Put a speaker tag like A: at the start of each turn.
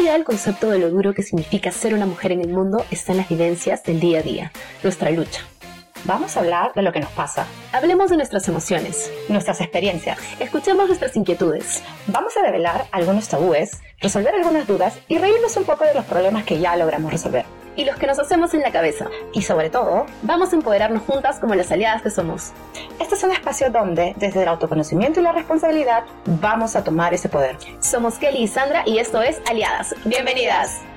A: allá del concepto de lo duro que significa ser una mujer en el mundo, están las vivencias del día a día, nuestra lucha.
B: Vamos a hablar de lo que nos pasa,
A: Hablemos de nuestras emociones,
B: nuestras experiencias.
A: escuchemos nuestras inquietudes.
B: Vamos a develar algunos tabúes, resolver algunas dudas y reírnos un poco de los problemas que ya logramos resolver.
A: Y los que nos hacemos en la cabeza.
B: Y sobre todo,
A: Vamos a empoderarnos juntas como las aliadas que somos.
B: este es un espacio donde, desde el autoconocimiento y la responsabilidad, vamos a tomar ese poder.
A: Somos Kelly y Sandra y esto es Aliadas. ¡Bienvenidas!